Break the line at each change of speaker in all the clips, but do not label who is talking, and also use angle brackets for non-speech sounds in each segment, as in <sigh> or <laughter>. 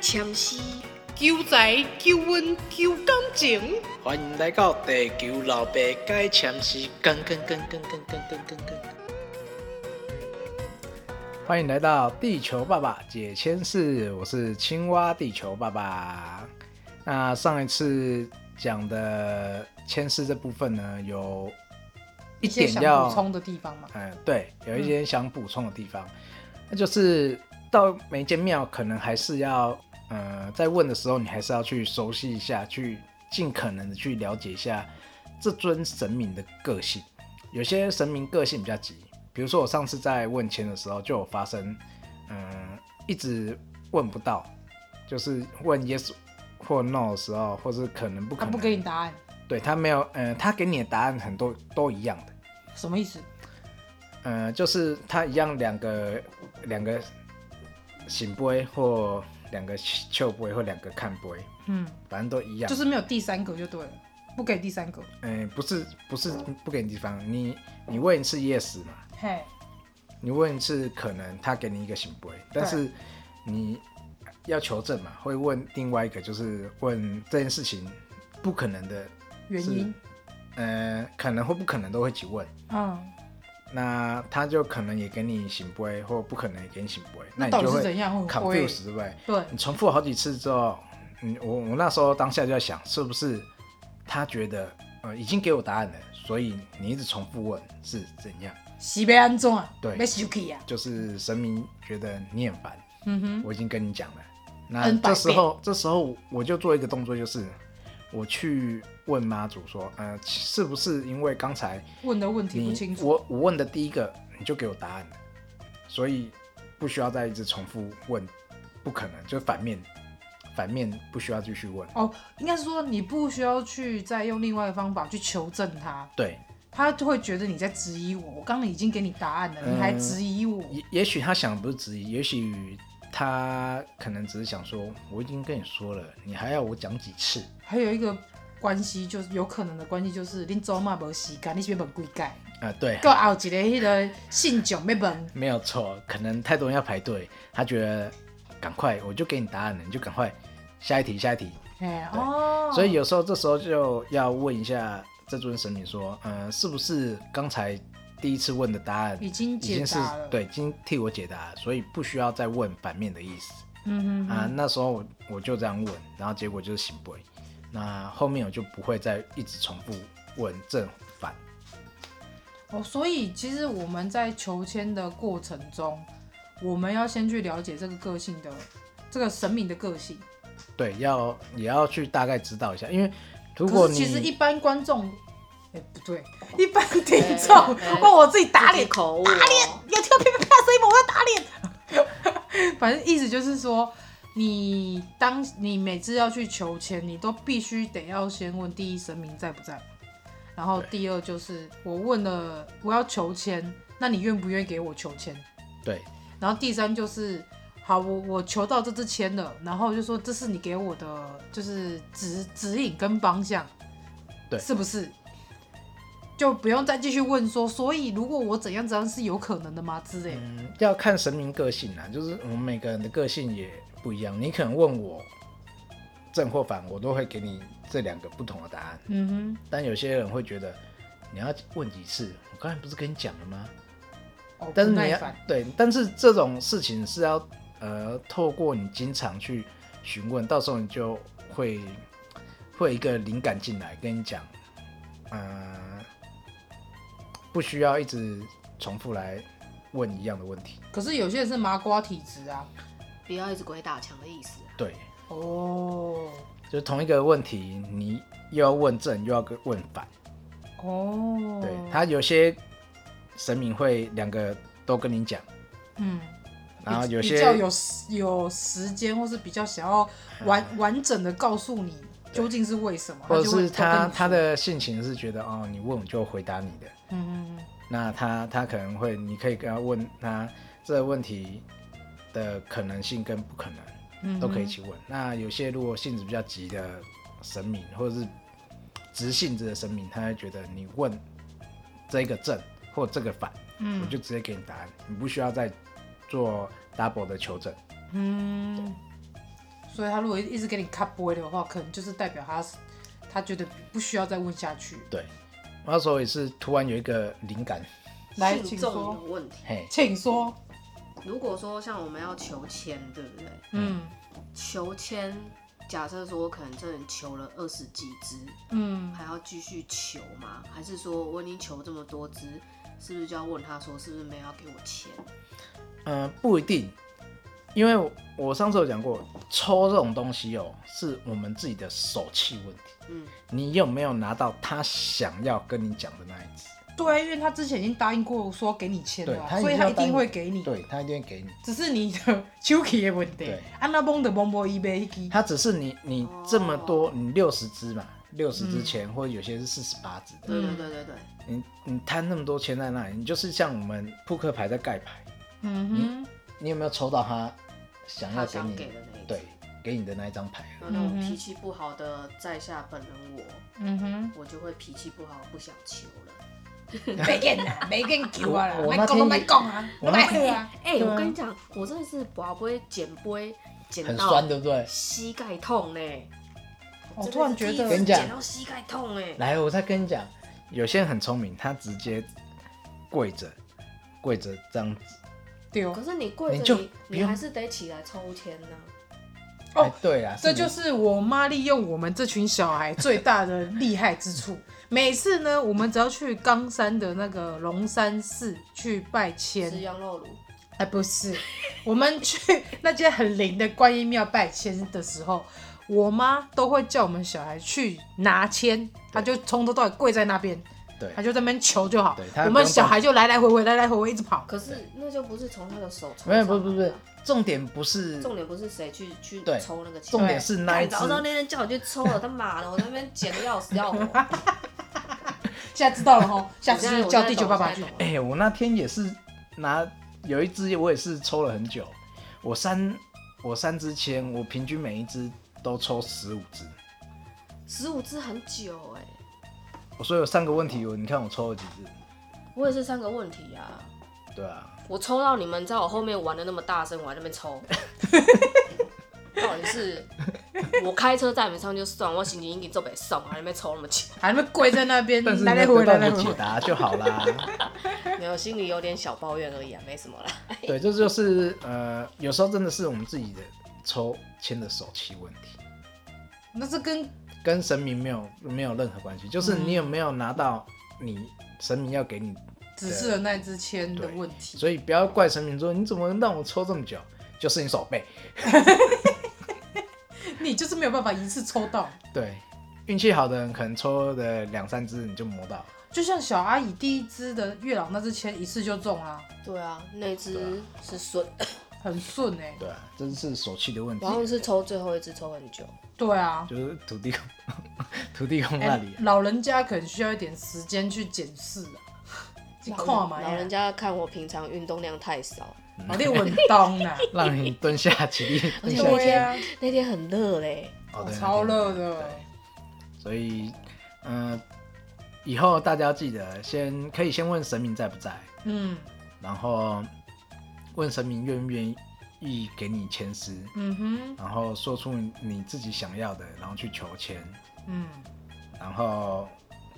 签诗，
求财、求运、求感情，
欢迎来到地球老爸解签诗，跟跟跟跟跟跟跟跟跟。
欢迎来到地球爸爸解签室，我是青蛙地球爸爸。那上一次讲的签诗这部分呢，有一
一些
点
想
要
补充的地方嘛。
嗯，对，有一些想补充的地方，那就是到每间庙可能还是要，呃，在问的时候你还是要去熟悉一下，去尽可能的去了解一下这尊神明的个性。有些神明个性比较急，比如说我上次在问签的时候就有发生，嗯、一直问不到，就是问 yes 或 no 的时候，或是可能不可
他
能，
不给你答案，
对他没有，呃，他给你的答案很多都一样的。
什么意思？
呃，就是它一样两个两个醒杯或两个秋杯或两个看杯，
嗯，
反正都一样。
就是没有第三个就对了，不给第三个。
呃，不是不是不给你地方，你你问一次 yes 嘛，
嘿，
你问一次可能他给你一个醒杯，但是你要求证嘛，会问另外一个，就是问这件事情不可能的
原
是
因，
呃，可能或不可能都会一起问。
嗯，
那他就可能也给你醒杯，或不可能也给你醒杯，
那
你
到底
就是会
怎样会会
confuse 对不对？
对，
你重复好几次之后，嗯，我我那时候当下就在想，是不是他觉得呃已经给我答案了，所以你一直重复问是怎样？
是被安装啊，
对
被修起啊，
就是神明觉得你很烦，
嗯哼，
我已经跟你讲了。那
N 百
这时候，这时候我就做一个动作，就是我去问妈祖说，呃，是不是因为刚才
问的问题不
你
清楚，
我我问的第一个你就给我答案了，所以不需要再一直重复问，不可能，就反面反面不需要继续问。
哦，应该是说你不需要去再用另外的方法去求证他，
对，
他就会觉得你在质疑我。我刚刚已经给你答案了，
嗯
你还质疑我？
也也许他想的不是质疑，也许他可能只是想说，我已经跟你说了，你还要我讲几次？
还有一个关系就是有可能的关系就是你做嘛无时间，你是要问几届？
啊、对，
搁后一个迄个信众要问，
没有错，可能太多人要排队，他觉得赶快，我就给你答案了，你就赶快下一题，下一题。
哎
对
哦，
所以有时候这时候就要问一下这尊神明说，呃，是不是刚才第一次问的答案
已经
已
解
经是
答了，，
对，已经替我解答了，所以不需要再问反面的意思。
嗯哼
啊，
哼，
那时候我我就这样问，然后结果就是醒杯。那后面我就不会再一直重复问正反。
哦，所以其实我们在求签的过程中，我们要先去了解这个个性的这个神明的个性。
对，要也要去大概知道一下，因为如果
可
你
是其实一般观众，哎、不对，一般听众
哎
<laughs>
哎
问我自己打
自己
脸，
口误、哦。
有听到噼噼啪的声音吗？我要打脸。 <laughs> 反正意思就是说，你当你每次要去求签，你都必须得要先问第一神明在不在，然后
对
第二就是我问了我要求签，那你愿不愿意给我求签？
对
然后第三就是，好，我我求到这支签了，然后就说这是你给我的，就是指指引跟方向，
对
是不是？就不用再继续问说，所以如果我怎样怎样是有可能的吗？之类的，
嗯，要看神明个性啦，就是我们每个人的个性也不一样。你可能问我正或反，我都会给你这两个不同的答案。
嗯
但有些人会觉得你要问几次，我刚才不是跟你讲了吗？
哼，哦，
但是
不
你
耐
要
烦，
对，但是这种事情是要呃透过你经常去询问，到时候你就会会有一个灵感进来跟你讲，呃，不需要一直重复来问一样的问题。
可是有些人是麻瓜体质啊，
不要一直鬼打墙的意思。
对，
哦，
就是同一个问题，你又要问正又要问反。
哦，
对，他有些神明会两个都跟你讲，
嗯，
然后有
比
些
比较有时有时间，或是比较想要完、完整的告诉你究竟是为什么，
嗯或者
就会
是
都跟你
他他
说，
的性情是觉得哦，你问我就回答你的，
嗯嗯嗯，
那他他可能会，你可以跟他问他这个问题的可能性跟不可能
嗯
都可以一起问。那有些如果性子比较急的神明，或者是直性子的神明，他会觉得你问这个正或这个反，
嗯
我就直接给你答案，你不需要再做 double 的求证。
嗯，所以他如果一直给你卡不会的话，可能就是代表他是他觉得不需要再问下去。
对，我那时候也是突然有一个灵感，
来，
信
请
众的
说，
问题。
嘿，
请说。
如果说像我们要求签，对不对？
嗯
求签，假设说我可能真的求了二十几只，
嗯，
还要继续求吗？还是说我已经求这么多只，是不是就要问他说是不是没有要给我钱？
嗯，不一定，因为我我上次有讲过，抽这种东西哦，是我们自己的手气问题。
嗯，
你有没有拿到他想要跟你讲的那一只？
对啊，因为他之前已经答应过说给你签
对
了
他
啊，
已经
所以他
要
一
答应
定会给你。
对他一定会给你。
只是你的 <laughs> 手气的问题
对。
安那崩的崩波一杯一支，
他只是你你这么
哦
多，你六十只嘛，六十
嗯
只钱，或者有些是四十八只的，
对对
嗯
对对对，
你你摊那么多钱在那里，你就是像我们扑克牌在盖牌，
嗯
你有没有抽到他想要
他
给
想
你
给的那一只
对给你的那一张牌？
那种
嗯哼
脾气不好的在下本人我，
哼，嗯哼，
我就会脾气不好，不想求了。
别见啦，别见求啊啦，
我我
别
那
讲
天
啊，别讲啊，
我
别
那
喝啊，
哎、
对啊
我跟你讲，我真的是把杯捡杯捡
很
到
酸，对不对？
膝盖痛呢、
我哦
真的是
突然觉
第一次
跟
得
你讲
捡到膝盖痛哎、
来，我再跟你讲，有些人很聪明，他直接跪着跪着这样子，
对
可是你跪
你
着
就
你，
不
你
用
还是得起来抽签呢、
哦
哎，对啦，
这
你
就是我妈利用我们这群小孩最大的厉害之处。 <laughs> 每次呢，我们只要去冈山的那个龙山寺去拜签，
吃羊肉炉，
哎，不是，我们去 <laughs> 那间很灵的观音庙拜签的时候，我妈都会叫我们小孩去拿签，她就从头到尾跪在那边，
对
她就在那边求就好
对她。
我
不
们
用
小
动
孩就来来回回，来来回回一直跑。
可是那就不是从他的手抽上
没
来
有，
的。
不不不，重点不是，
重点不是谁去去
对
抽那个签，
重点是那一
干
只
早知道那天叫我去
<laughs>
抽了，他妈的，我在那边捡的要死要活。
现在知道
<laughs>
了吼，下次
我现在
就叫地球爸爸去。。
我现在懂我现在懂
哎、我那天也是拿有一只，我也是抽了很久，我三我三支签，我平均每一支都抽十五支，
十五支很久哎、
我说有三个问题，我你看我抽了几支，
我也是三个问题啊。
对啊，
嗯
我抽到你们在我后面玩的那么大声，我还在那
<laughs>
边抽，到底是我开车载你们上就算，我心情已经做北送，还在那边抽那么久，
还那边跪在那边，
<laughs> 但是
来
你
来
要
回回，
得到
来来
我
回
解
回。
答就好啦。
没有心里有点小抱怨而已啊，没什么啦。
对，这就是呃，有时候真的是我们自己的抽签的手气问题，
那是跟
跟神明没有没有任何关系，就是你有没有拿到你神明要给你
指示的那支签的问题。
所以不要怪神明说你怎么让我抽这么久，就是你手背。
你就是没有办法一次抽到。
对，运气好的人可能抽的两三只你就摸到了。
就像小阿姨第一支的月老那支签一次就中啦、
对啊，那只是顺，
很顺哎、
对啊，真是手气的问题
<laughs> 然，后是抽最后一只抽很久，
对啊，
就是土地公， <laughs> 土地公
哎
那里啊、
老人家可能需要一点时间去检视啊。你看嘛哎
老人
呀，
家看哎我平常运动量太少，
我得稳当
<laughs>
啦。
让你蹲下起立，
而
蹲
且
下
那
对
天、
呀、
那天很热嘞，
哦
哎我
对
超热
对
的，
所以，嗯、以后大家要记得先可以先问神明在不在，
嗯
然后问神明愿不愿意给你签诗，
嗯哼
然后说出你自己想要的，然后去求签，
嗯
然后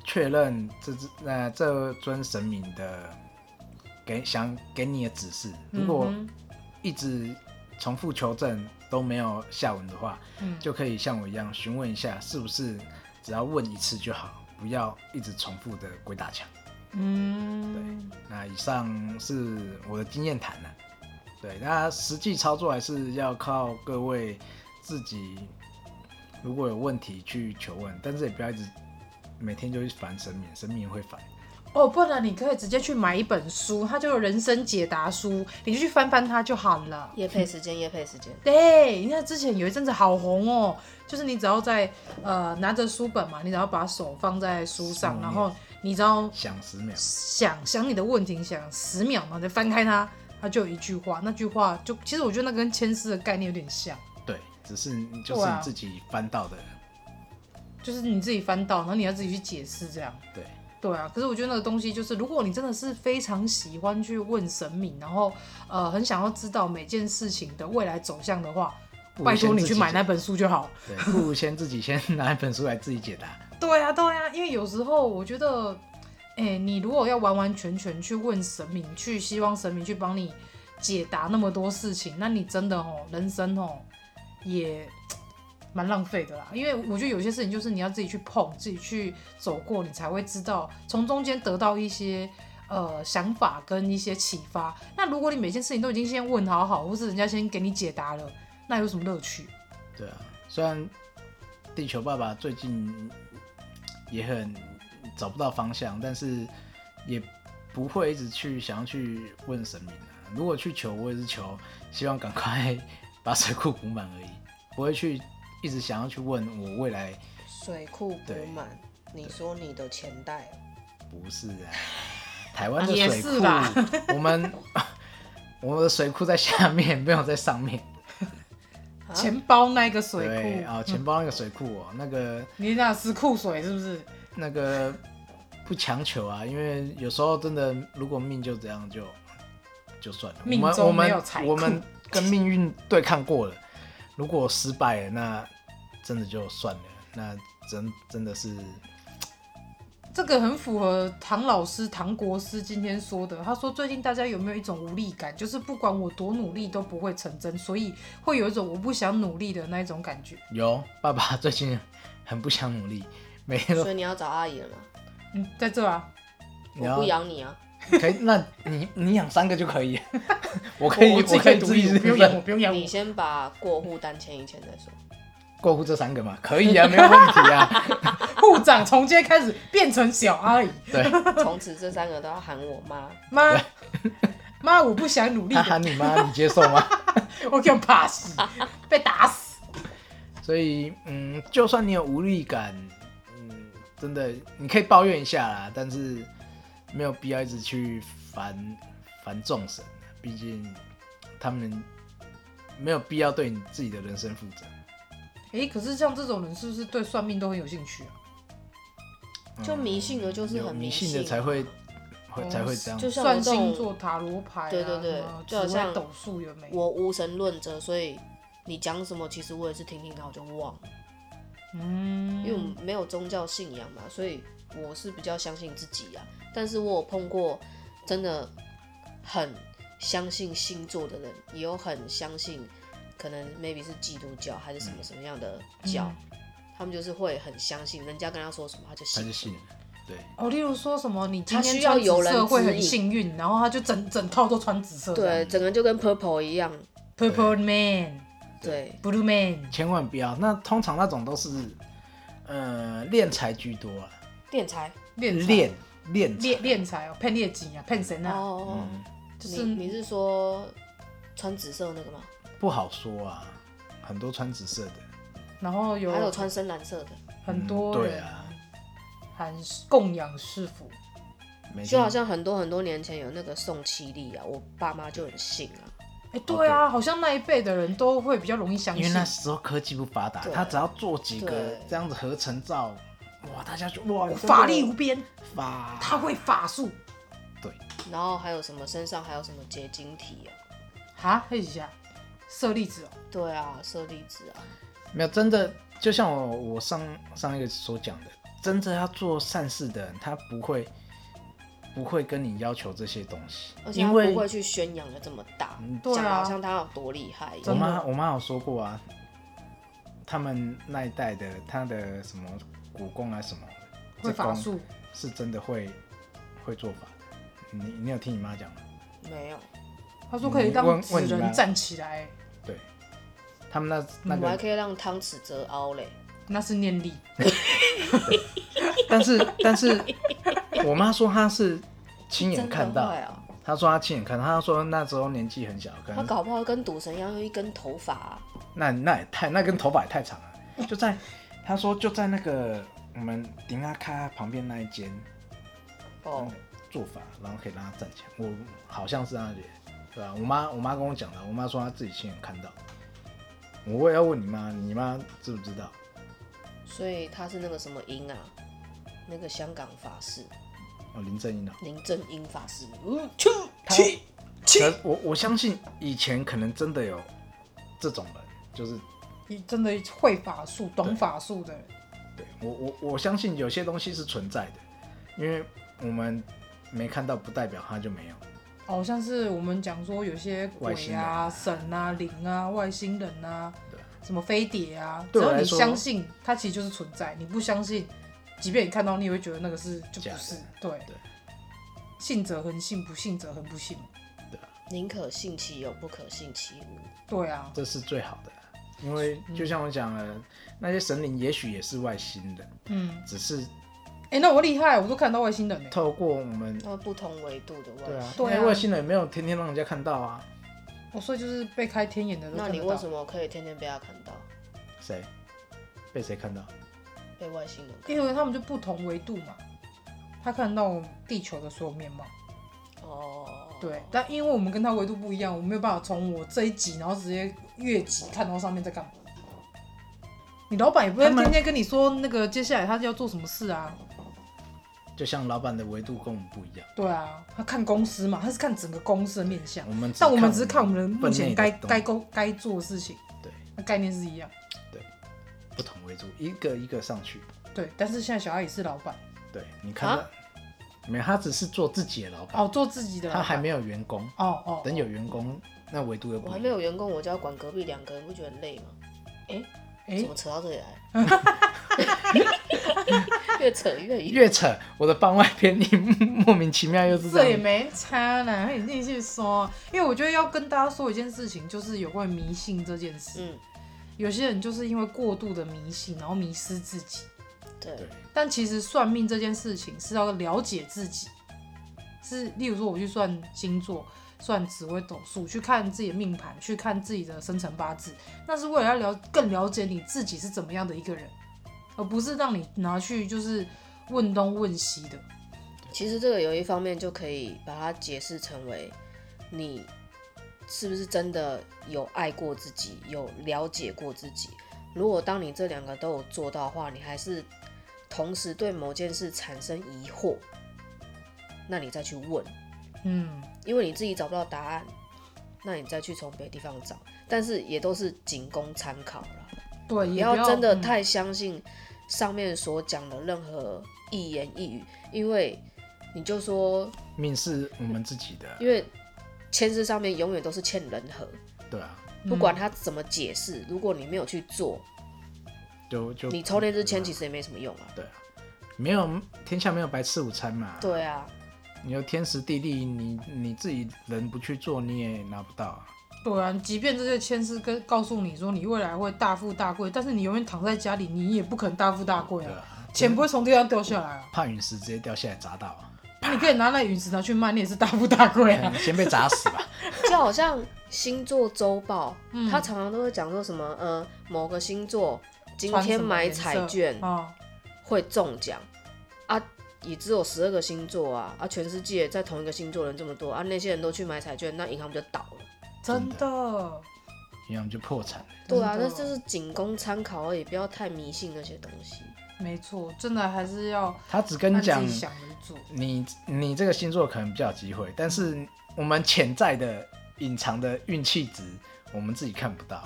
确认这只呃这尊神明的给想给你的指示，如果
嗯
一直重复求证都没有下文的话，
嗯
就可以像我一样询问一下，是不是只要问一次就好，不要一直重复的鬼打墙。
嗯，
那以上是我的经验谈了、对，那实际操作还是要靠各位自己，如果有问题去求问，但是也不要一直每天就去烦神明，神明也会烦。
哦，不然你可以直接去买一本书，它就有人生解答书，你就去翻翻它就好了。
夜配时间，夜配时间，
对，你看之前有一阵子好红哦，就是你只要在呃拿着书本嘛，你只要把手放在书上，
嗯
然后你只要
想十秒，
想想你的问题，想十秒嘛，就翻开它，它就有一句话，那句话就其实我觉得那跟签诗的概念有点像，
对，只是你就是你
对啊
自己翻到的，
就是你自己翻到，然后你要自己去解释这样。
对，
对啊，可是我觉得那个东西就是，如果你真的是非常喜欢去问神明，然后呃很想要知道每件事情的未来走向的话，
不如
拜托
先
你
自
去
己
买
解
那本书就好。
对，不如先自己先拿一本书来自己解答。
对呀、啊，对呀、因为有时候我觉得，哎、你如果要完完全全去问神明，去希望神明去帮你解答那么多事情，那你真的哦，人生哦也蛮浪费的啦。因为我觉得有些事情就是你要自己去碰，自己去走过，你才会知道，从中间得到一些。呃，想法跟一些启发。那如果你每件事情都已经先问好好，或是人家先给你解答了，那有什么乐趣？
对啊，虽然地球爸爸最近也很找不到方向，但是也不会一直去想要去问神明啊。如果去求，我也是求，希望赶快把水库补满而已，不会去一直想要去问我未来
<laughs> 水库补满，你说你的钱袋，
不是啊，台湾的
啊也
水
是
库
啦，
我们 <laughs> 我们的水库在下面，没有在上面。
啊
钱包那个水
对
库
啊、钱包那个水库哦，那个
你那是酷水是不是？
那个不强求啊，因为有时候真的，如果命就这样就就算了。
命
我们
中
我
没有
们
财库
我们跟命运对抗过了，如果失败了，那真的就算了，那真真的是
这个很符合唐老师唐国师今天说的。他说最近大家有没有一种无力感，就是不管我多努力都不会成真，所以会有一种我不想努力的那一种感觉。
有爸爸最近很不想努力，每天
<laughs>
都
所以你要找阿姨了吗？
嗯，在这啊，
你
我
要
不养你啊，
可以，那你你养三个就可以， <laughs> 我可以
我我自己可以
以
独
自
立，我
己
不用养我，不用养
你
我。
先把过户单签一签再说。
过户这三个嘛，可以啊，没有问题啊。
<laughs> 护长从今天开始变成小阿姨，
对，
从此这三个都要喊我妈。
妈妈，我不想努力
他
了，
喊你妈，你接受吗？
我给我怕死，被打死。
所以，嗯，就算你有无力感，嗯，真的你可以抱怨一下啦，但是没有必要一直去烦烦众神，毕竟他们没有必要对你自己的人生负责。
诶，可是像这种人是不是对算命都很有兴趣啊？
就迷信的，就是
有
很
迷
信
信的才会会
哦
才会这样
就。像我
算
这
星
种
座、塔罗牌、啊，
对对对
什么
就好
紫微
像
斗数有没有？
我无神论者，所以你讲什么，其实我也是听听，然后就忘了，
嗯，
因为我没有宗教信仰嘛，所以我是比较相信自己啊。但是我有碰过真的很相信星座的人，也有很相信可能 maybe 是基督教还是什么什么样的教，
嗯
他们就是会很相信人家跟他说什么他就
他
信，
就信了，对，
哦，例如说什么你今
他
天
需要
穿紫
有人
色会
指
很
引
幸运，然后他就整整套都穿紫色的。
对，整个人就跟 purple 一样，
，Purple Man、
对，
Blue Man，
千万不要。那通常那种都是，呃，练财居多啊，
敛财
练财
练练财
练练财哦，骗猎金啊，骗神啊，
哦，
就是
你你是说穿紫色那个吗？
不好说啊，很多穿紫色的，
然后有
啊
还有穿深蓝色的，
很
嗯
多
对
人
啊，
喊供养师傅，
每
就
天
好像很多很多年前有那个宋七力啊，我爸妈就很信啊。
哎，对啊，好像那一辈的人都会比较容易相
哦因为
信。
那时候科技不发达，
对
他只要做几个
对
这样子合成照，哇，大家就哇
法力无边，
法，
他会法术
然后还有什么身上还有什么结晶体啊？
哈，黑一下，舍利子哦，
对啊，舍利子啊，
没有真的，就像我我上上一个所讲的，真正要做善事的人，他不会不会跟你要求这些东西
而，且他
因
不
为
会去宣扬的这么大，
对
讲得
啊
好像他有多厉害一
我
样。
妈我妈有说过啊，他们那一代的他的什么古公啊什么，
会
这
法
公
术。
是真的会会做法的。你你有听你妈讲吗？
没有，
他说可以
你
让
嗯问
纸
问你啊
人
妈
站起来，
对，他们那那
我还
个，
可以让汤匙折凹嘞。
那是念力。
但
<laughs> 哎
是但是，我妈说她是亲眼
真
看
的
到
会，啊！
她说她亲眼看到，她说那时候年纪很小，可
他
能
搞不好跟赌神一样，有一根头发啊、
那那也太那根头发也太长了，就在她说就在那个我们顶阿卡旁边那一间
哦，
做法，然后可以让她站起来，我好像是那里，对吧、我妈我妈跟我讲的，我妈说她自己亲眼看到。我也要问你妈，你妈知不知道？
所以他是那个什么英啊，那个香港法师
哦，林正英啊，
林正英法师，
嗯他，可我我相信以前可能真的有这种人，就是
你真的会法术、懂法术的人，
对我我我相信有些东西是存在的，因为我们没看到不代表它就没有。
好、像是我们讲说有些
外
鬼
星人
啊、
啊
神啊、灵啊、外星人啊
对，
什么飞碟啊，只
对我
要你
来说
相信，它其实就是存在。你不相信，即便你看到，你也会觉得那个是就
假的
不是。对，
对
信者恒信，不信者恒不信。
宁可信其有，不可信其无。
对啊，
这是最好的，因为
嗯
就像我讲的，那些神灵也许也是外星人，
嗯，
只是
哎、那我厉害，我都看到外星人呢、欸
透过我们。
那不同维度的
对啊
外星，，
对啊
因为外星人没有天天让人家看到啊。
我所以就是被开天眼的都
那
看
你
得
为
到。
什么可以天天被他看到？
谁被谁看到？
被外星人看
因为他们就不同维度嘛，他看到地球的所有面貌。
到？哦，
对，但因为我们跟他维度不一样，我没有办法从我这一集，然后直接越级看到上面在干嘛。你老板也不会
他们
天天跟你说那个接下来他要做什么事啊？
就像老板的维度跟我们不一样，
对啊，他看公司嘛，他是看整个公司的面相
我，们
嗯但我们只是看我们的目前该
分内的东
该够该做的事情，
对
那概念是一样。
不同维度，一个一个上去。
对，但是现在小阿也是老板
对你看到、
啊
没有？他只是做自己的老板，
哦，做自己的老
他
板，
还没有员工。
哦哦，
等有员工，那维度又
我
不
还
一
没
样。
有员工，我就要管隔壁两个人，不觉得很累吗？
哎
怎么扯到这里来？ <laughs> 越扯越远。
越扯，我的番外篇你 <laughs> 莫名其妙又是
这
这
也
样。
没差啦，你继续说。因为我觉得要跟大家说一件事情，就是有关于迷信这件事。
嗯，
有些人就是因为过度的迷信，然后迷失自己。
对
对，
但其实算命这件事情是要了解自己，是例如说我去算星座、算紫微斗数，去看自己的命盘，去看自己的生辰八字，那是为了要了更了解你自己是怎么样的一个人，而不是让你拿去就是问东问西的。
其实这个有一方面就可以把它解释成为你是不是真的有爱过自己，有了解过自己。如果当你这两个都有做到的话，你还是同时对某件事产生疑惑，那你再去问，
嗯，
因为你自己找不到答案，那你再去从别的地方找，但是也都是仅供参考啦。
对，
不
也
要真的
嗯
太相信上面所讲的任何一言一语，因为你就说，
命是我们自己的，
因为签字上面永远都是欠人和，
对啊，
嗯
不管他怎么解释，如果你没有去做，
就就
啊
你抽那支签其实也没什么用啊。
对啊，没有天下没有白吃午餐嘛。，
对啊，
你有天时地利，你你自己人不去做，你也拿不到啊。
对啊，即便这些签师跟告诉你说你未来会大富大贵，但是你永远躺在家里，你也不可能大富大贵
对
啊，
啊，
钱不会从地上掉下来啊。
怕陨石直接掉下来砸到啊，
那你可以拿那陨石拿去卖，你也是大富大贵啊。
先被砸死吧。 <laughs>
就好像星座周报，嗯
嗯
他常常都会讲说什么，呃，某个星座今
穿什
天
么
买
颜色
彩券
啊，
会中奖啊，也只有十二个星座啊啊，全世界在同一个星座的人这么多啊，那些人都去买彩券，那银行不就倒了？
真
真
的，
然后就破产了。
对啊，
真的哦
那就是仅供参考而已，不要太迷信那些东西。
没错，真的还是要
他只跟
按
你
自
讲
己，想的去做。
你你这个星座可能比较有机会，但是我们潜在的隐藏的运气值，我们自己看不到。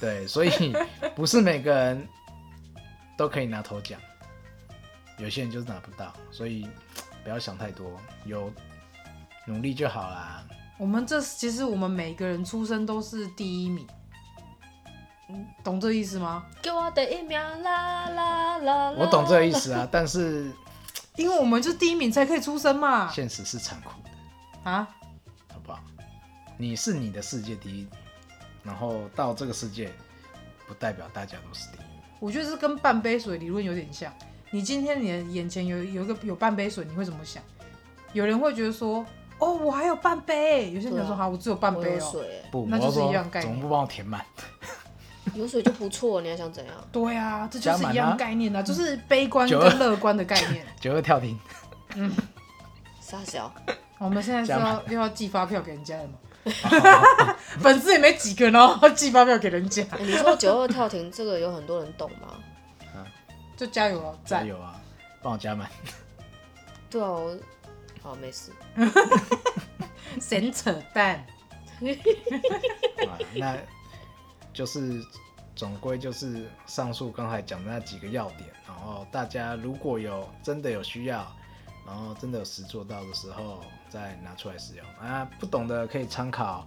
对，所以不是每个人都可以拿头奖，有些人就是拿不到，所以不要想太多，有努力就好啦。
我们这其实我们每个人出生都是第一名，嗯懂这意思吗？
给我的一秒，啦啦啦啦！
我懂这个意思啊，但是
因为我们就第一名才可以出生嘛。
现实是残酷的，
啊，
好不好？你是你的世界第一，然后到这个世界，不代表大家都是第一。
我觉得是跟半杯水理论有点像。你今天你的眼前有有一个有半杯水，你会怎么想？有人会觉得说，哦，我还有半杯。有些人就说，
对啊
好，我只有半
我
杯
有
哦。
水欸、
不，
那
我
就
要
是
说
一样概念
怎么不帮我填满？ <laughs>
有水就不错，你还想怎样？
对啊，这就是一
加满
样
啊
概念啊，就是悲观
九
跟
二
乐观的概
<laughs>
念。
九二跳停，
傻小，
我们现在是
加
要
满
又要寄发票给人家了
<laughs>
吗？粉丝也没几个，然后要寄发票给人家，
欸你说九二跳停这个有很多人懂吗？
就加油啊！
加
<laughs> 赞！
油啊！帮我加满， <laughs>
对啊，我好没事。
神扯淡，
啊好吧那就是总归就是上述刚才讲的那几个要点，然后大家如果有真的有需要，然后真的有实做到的时候，再拿出来使用啊。不懂的可以参考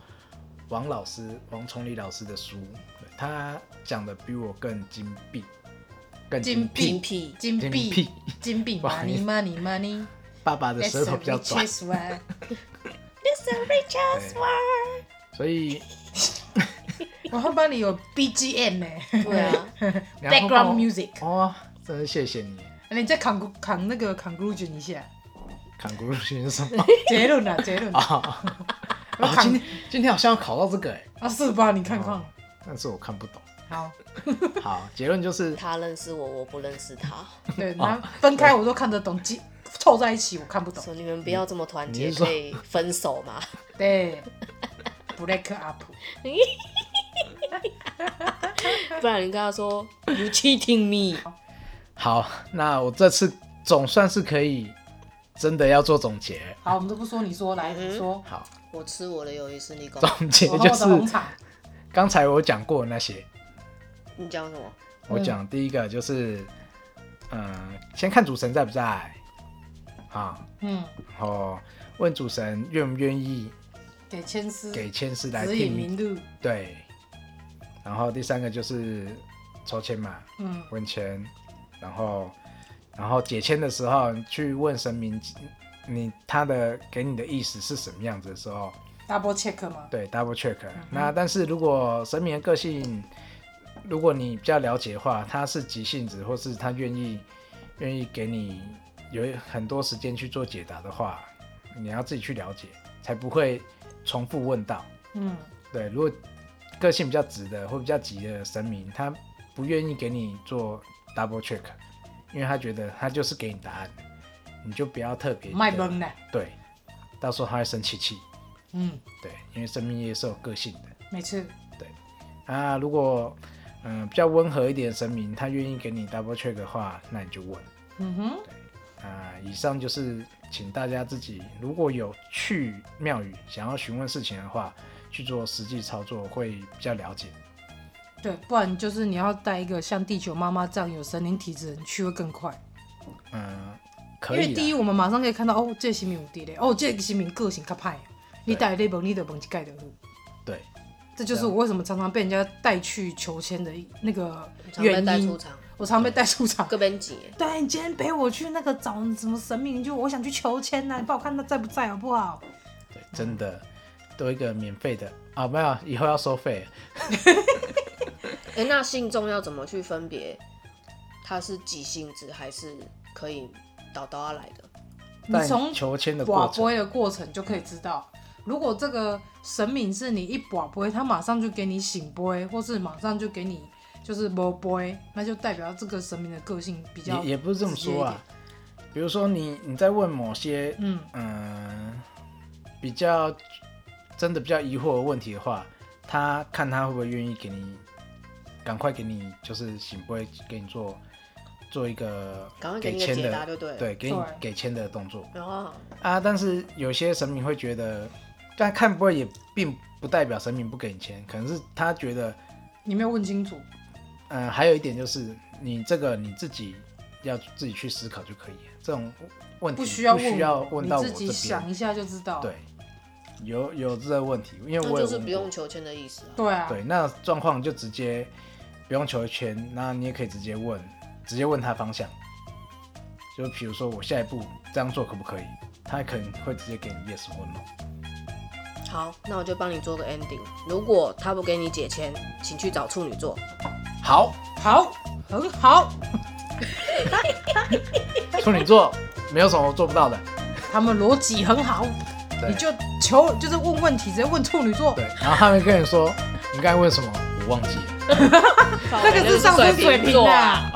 王老师王崇礼老师的书，对他讲的比我更精辟，更
精辟
精辟，
金
金
币
币，
金币
哇
，money money money，
爸爸的舌头比较短，
That's the richest one
对所以
我后帮你有 BGM 呢、
对啊，
然后
background music，
哦，真的谢谢你，
你再扛扛那个 conclusion 一下，
砍骨先生
<laughs>
啊。
结论啊，结论
啊
啊，我
今
扛啊
天今天好像要考到这个哎、
是吧？你看看
哦，但是我看不懂。
好，
好，结论就是
他认识我，我不认识他，
对，然后分开我都看得懂，结凑在一起我看不懂，
说你们不要这么团结，
你是说
可以分手
<laughs>
嘛？
对 <laughs> ，break up，
不然你跟他说 you cheating me，
好。那我这次总算是可以真的要做总结。
好，我们都不说，你说来，你说，
好，
我吃我的友谊是你
<laughs>
狗，
总结
我和
就
我的红
是
茶，
刚才我讲过的那些。
你讲什么？
我讲第一个就是，嗯、先看主神在不在啊，
嗯，
然后问主神愿不愿意
给千丝
给千师来
指引
听
明
你。
路，
对。然后第三个就是抽签嘛，
嗯，
问签，然后然后解签的时候你去问神明，你他的给你的意思是什么样子的时候，
double check 嘛，
对 double check、那但是如果神明的个性，如果你比较了解的话，他是急性子，或是他愿意愿意给你有很多时间去做解答的话，你要自己去了解，才不会重复问到。
嗯，
对，如果个性比较直的或比较急的神明，他不愿意给你做 double check，因为他觉得他就是给你答案，你就不要特别
卖
的
萌呢，
对，到时候他会生气气。
嗯，
对，因为生命也是有个性的。
没错，
啊，如果嗯、比较温和一点的神明，他愿意给你 double check 的话，那你就问。
嗯哼，
啊，以上就是请大家自己如果有去庙宇想要询问事情的话，去做实际操作会比较了解。
对，不然就是你要带一个像地球妈妈这样有神灵体质的人去会更快。
嗯，
因
可
为
以
第一，
啦。
我们马上可以看到哦，这个新民有地雷，哦，这个新民个性较歹，你带来问，你就问一盖的
对，啊
这就是我为什么常常被人家带去求签的那个
常被
原
带出
因。
场，
我常被带出场。 <laughs>
各边挤，
对，你今天陪我去那个找什么神明，就我想去求签呐、你帮我看他在不在好不好？
对，真的多一个免费的啊，没有，以后要收费。
哎、那信众要怎么去分别他是急性子还是可以导到他来的？
你
但
从
求签的
卜
过程，
龟的过程就可以知道，如果这个神明是你一卜龟，他马上就给你醒龟，或是马上就给你就是摸龟，那就代表这个神明的个性比较
也也不是这么说啊。比如说你你在问某些
直接一点。嗯，
嗯，比较真的比较疑惑的问题的话，他看他会不会愿意给你，赶快给你就是行不会给你做做一个
赶快给
给
你个
签
解
的
答就对了。，
对，给你
对
给签的动作
然后
啊。但是有些神明会觉得，但看不会也并不代表神明不给你签，可能是他觉得，
你没有问清楚。
嗯、还有一点就是你这个你自己要自己去思考就可以了，这种问题
不需要
不
问我，
需要问到我
你
这
自己
边。
想一下就知道。
对，有有这个问题，因为
那
我有
就是
问
不
过
用求签的意思啊。
对啊，
对，那状况就直接不用求签，那你也可以直接问，直接问他方向。就比如说我下一步这样做可不可以，他可能会直接给你 yes 或 no。
好，那我就帮你做个 ending。如果他不给你解签，请去找处女座。
好，
好，很好，
处女座没有什么做不到的，
他们逻辑很好，
对
你就求就是问问题，直接问处女座
对，。然后他们跟你说你刚才问什么，我忘记了。
那
那个是上升水平的啊，